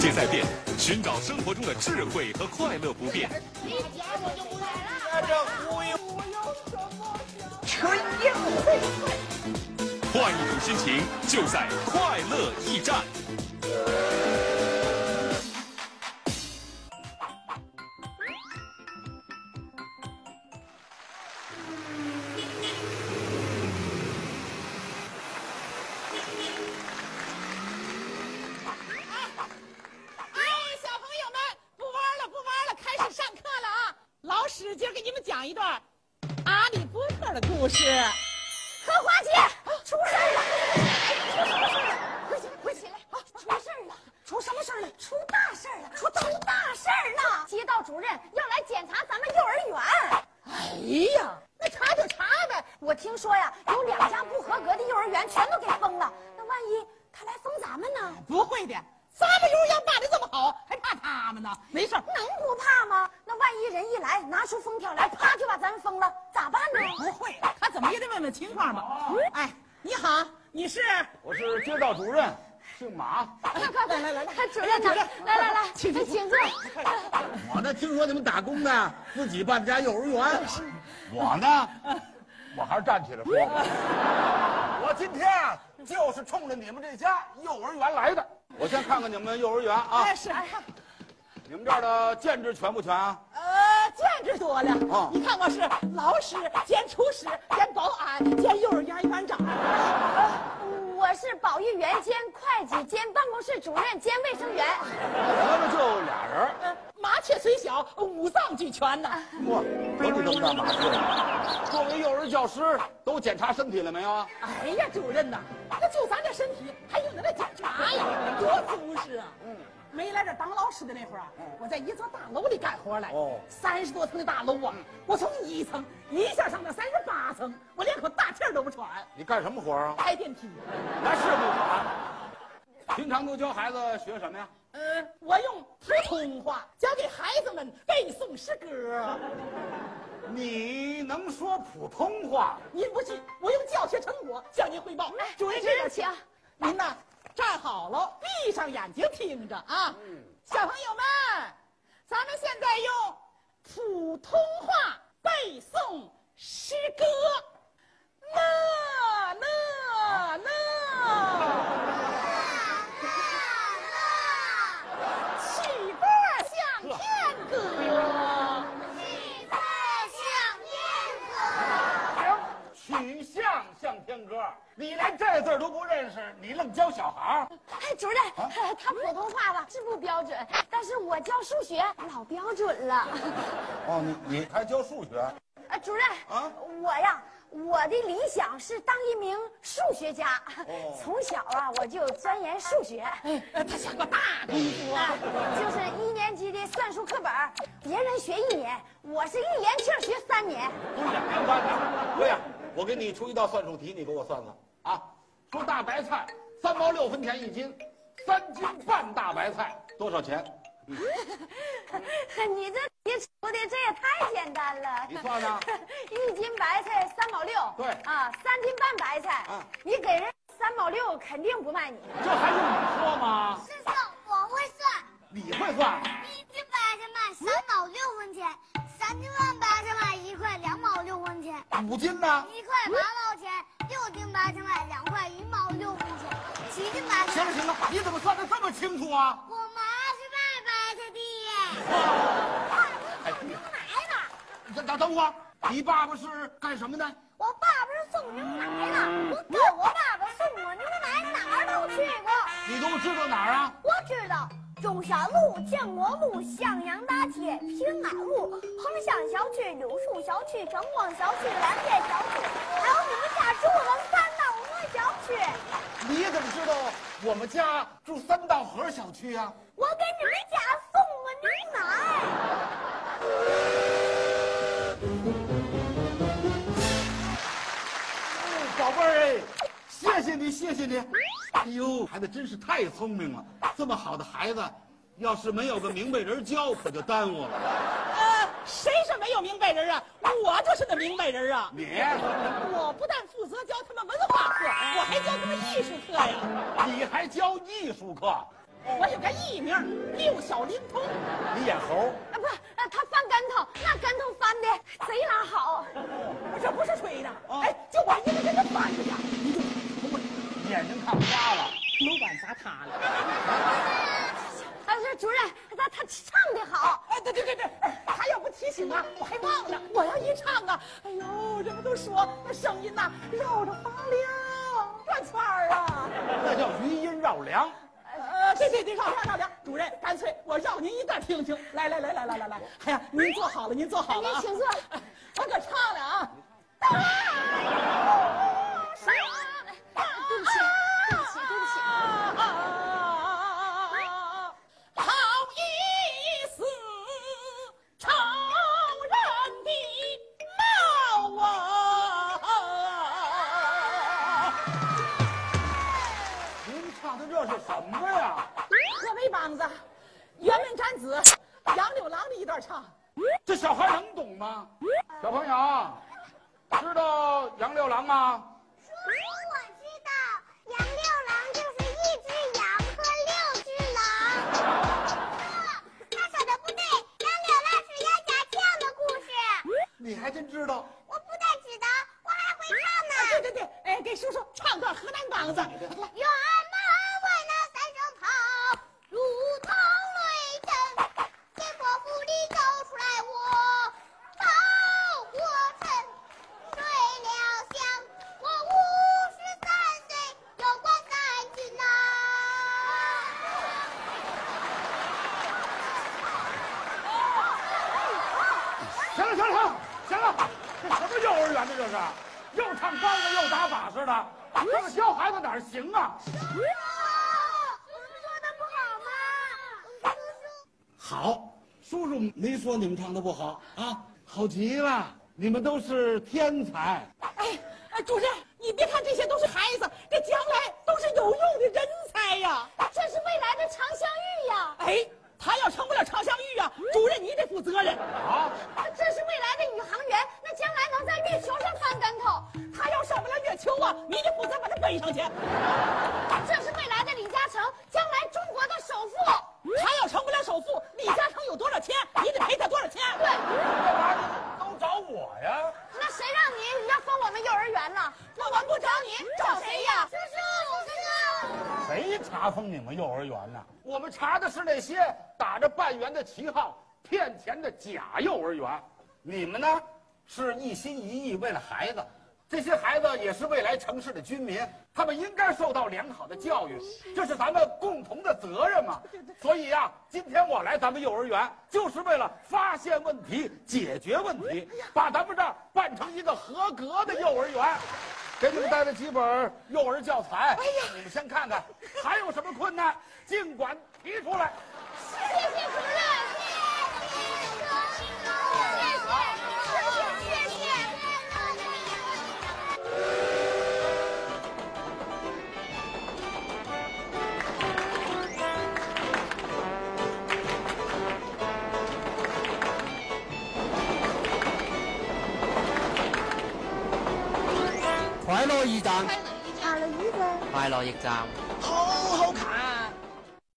界在变，寻找生活中的智慧和快乐不变。换一种心情，就在快乐驿站。哎，小朋友们，不玩了，不玩了，开始上课了啊！老师今儿给你们讲一段阿里波特的故事。荷花姐，出事儿了！哎出什么事儿了？快起来，快起来！啊，出事儿了！出什么事儿了？出大事儿了！出大事儿了！街道主任要来检查咱们幼儿园。哎呀，那查就查呗。我听说呀，有两家不合格的幼儿园全都给封了。那万一他来封咱们呢？不会的，咱们幼儿园办的这么好，还怕他们呢？没事儿，能不怕吗？那万一人一来，拿出封条来，啪就把咱们封了，咋办呢？不会，他怎么也得问问情况吧。哎，你好，你是？我是街道主任，姓马。看看，来来来来主任呢？来来来，请请坐。我呢，听说你们打工的自己办家幼儿园， 我呢，我还是站起来说 吧，我今天啊，就是冲着你们这家幼儿园来的。我先看看你们幼儿园啊，哎，是。你们这儿的建制全不全啊？呃，见识多了。哦你看我是老师兼厨师兼保安兼幼儿园园长。呃我是保育员兼会计兼办公室主任兼卫生员。合着就俩人儿。呃麻雀虽小，五脏俱全呐。哇，我你这么大马子！作为幼儿教师，都检查身体了没有啊？哎呀，主任呐，那就咱这身体，还用得着检查呀？多足实啊！嗯，没来这当老师的那会儿啊，我在一座大楼里干活来，哦三十多层的大楼啊，我从一层一下上到三十八层，我连口大气儿都不喘，你干什么活儿啊？开电梯。那是啊不管。平常都教孩子学什么呀？嗯，我用普通话教给孩子们背诵诗歌。你能说普通话？您不信，我用教学成果向您汇报。主任，主任请。您呐，站好了，闭上眼睛听着啊。小朋友们，咱们现在用普通话背诵诗歌。那那那，曲歌像天歌。行，曲项向天歌。你连这字儿都不认识，你愣教小孩儿？哎，主任，呃他普通话吧是不标准，但是我教数学老标准了。哦，你你还教数学？啊，主任，啊我呀，我的理想是当一名数学家。哦从小啊，我就钻研数学，哎，呃他下过大功夫啊啊。，就是一年级的算术课本儿，别人学一年，我是一连气儿学三年。 不是，没关系。对呀，我给你出一道算术题，你给我算算啊。说大白菜三毛六分钱一斤，三斤半大白菜多少钱？你这题出的这也太简单了。你算呢 一斤白菜三毛六。对啊，三斤半白菜。啊你给人三毛六，肯定不卖你。这还用你说吗？是算，我会算。你会算？一斤白菜卖三毛六分钱，三斤半白菜卖一块两毛六分钱，五斤呢？一块八毛钱，六斤白菜卖两块一毛六分钱，七斤白行菜了行了，你怎么算的这么清楚啊？我妈是卖白菜的耶。哎，你来了！等等等会儿，你爸爸是干什么的？我爸爸是送牛奶的，我跟我爸爸送我牛奶哪儿都去过。你都知道哪儿啊？我知道，中山路、建国路、向阳大街、平安路、横向小区、柳树小区、晨光小区、蓝天小区，还有你们家住的三道河小区。你怎么知道我们家住三道河小区啊？我给你们家送过牛啊奶。哦宝贝儿哎，谢谢你，谢谢你。哎呦，孩子真是太聪明了，这么好的孩子，要是没有个明白人教，可就耽误了。呃，谁是没有明白人啊？我就是那明白人啊！你，我不但负责教他们文化课，我还教他们艺术课呀。你还教艺术课？我有个艺名六小龄童。你演猴，啊，不，呃他翻跟头，那跟头翻的贼拉好。我这不是吹的，哎，就我一个人的翻着呀，你就眼睛看花了。楼板砸塌了。啊，是主任，他他唱的好。哎，对对对对，他要不提醒啊，我还忘了。我要一唱啊，哎呦，人们都说那声音呐、绕着房梁转圈儿啊。那叫余音绕梁。呃，对对对，绕梁绕梁，主任，干脆我绕您一段听听。来来来来来来来，哎呀，您坐好了，您坐好了、啊，您请坐哎。我可唱了啊，谁啊？对不起，对不起，对不起。好一死仇人的猫啊！您唱的这是什么呀？河北梆子，辕门斩子，杨柳郎的一段唱。这小孩能懂吗？小朋友，知道杨六郎吗？叔叔，我知道，杨六郎就是一只羊和六只狼。哥，他说的不对，杨柳郎是杨家将的故事。你还真知道？我不但知道，我还会唱对呢。对对，哎，给叔叔唱段河南梆子。远门外那三声炮，如同雷震，天国府里走出来我，包国臣，睡了香，我五十三岁，有光三军呐。行了行了行了行了，这什么幼儿园呢？这是，又唱梆子又打把式的，这么教孩子哪儿行啊？叔叔，我说的不好吗？叔叔。好，叔叔没说你们唱的不好啊，好极了。你们都是天才，哎，哎，主任，你别看这些都是孩子，这将来都是有用的人才呀。这是未来的常香玉呀，哎，他要成不了常香玉啊，主任你得负责任。啊这是未来的宇航员，那将来能在月球上翻跟头。他要上不了月球啊，你得负责把他背上去。这是未来的李嘉诚，将来中国的首富。他要成不了首富，李嘉诚有多少钱，你得赔他多少钱。对，干嘛哎都找我呀？那谁让你你要封我们幼儿园了？我们不找你，找谁呀？叔叔，叔叔。谁查封你们幼儿园呢？我们查的是那些打着办园的旗号骗钱的假幼儿园，你们呢，是一心一意为了孩子。这些孩子也是未来城市的居民，他们应该受到良好的教育，这是咱们共同的责任嘛。所以呀、今天我来咱们幼儿园，就是为了发现问题、解决问题，把咱们这儿办成一个合格的幼儿园。给你们带了几本幼儿教材，哎呀，你们先看看，还有什么困难，尽管提出来。谢谢主任，谢谢，谢谢，快樂驛站，好了一个。快樂驛站。好好看。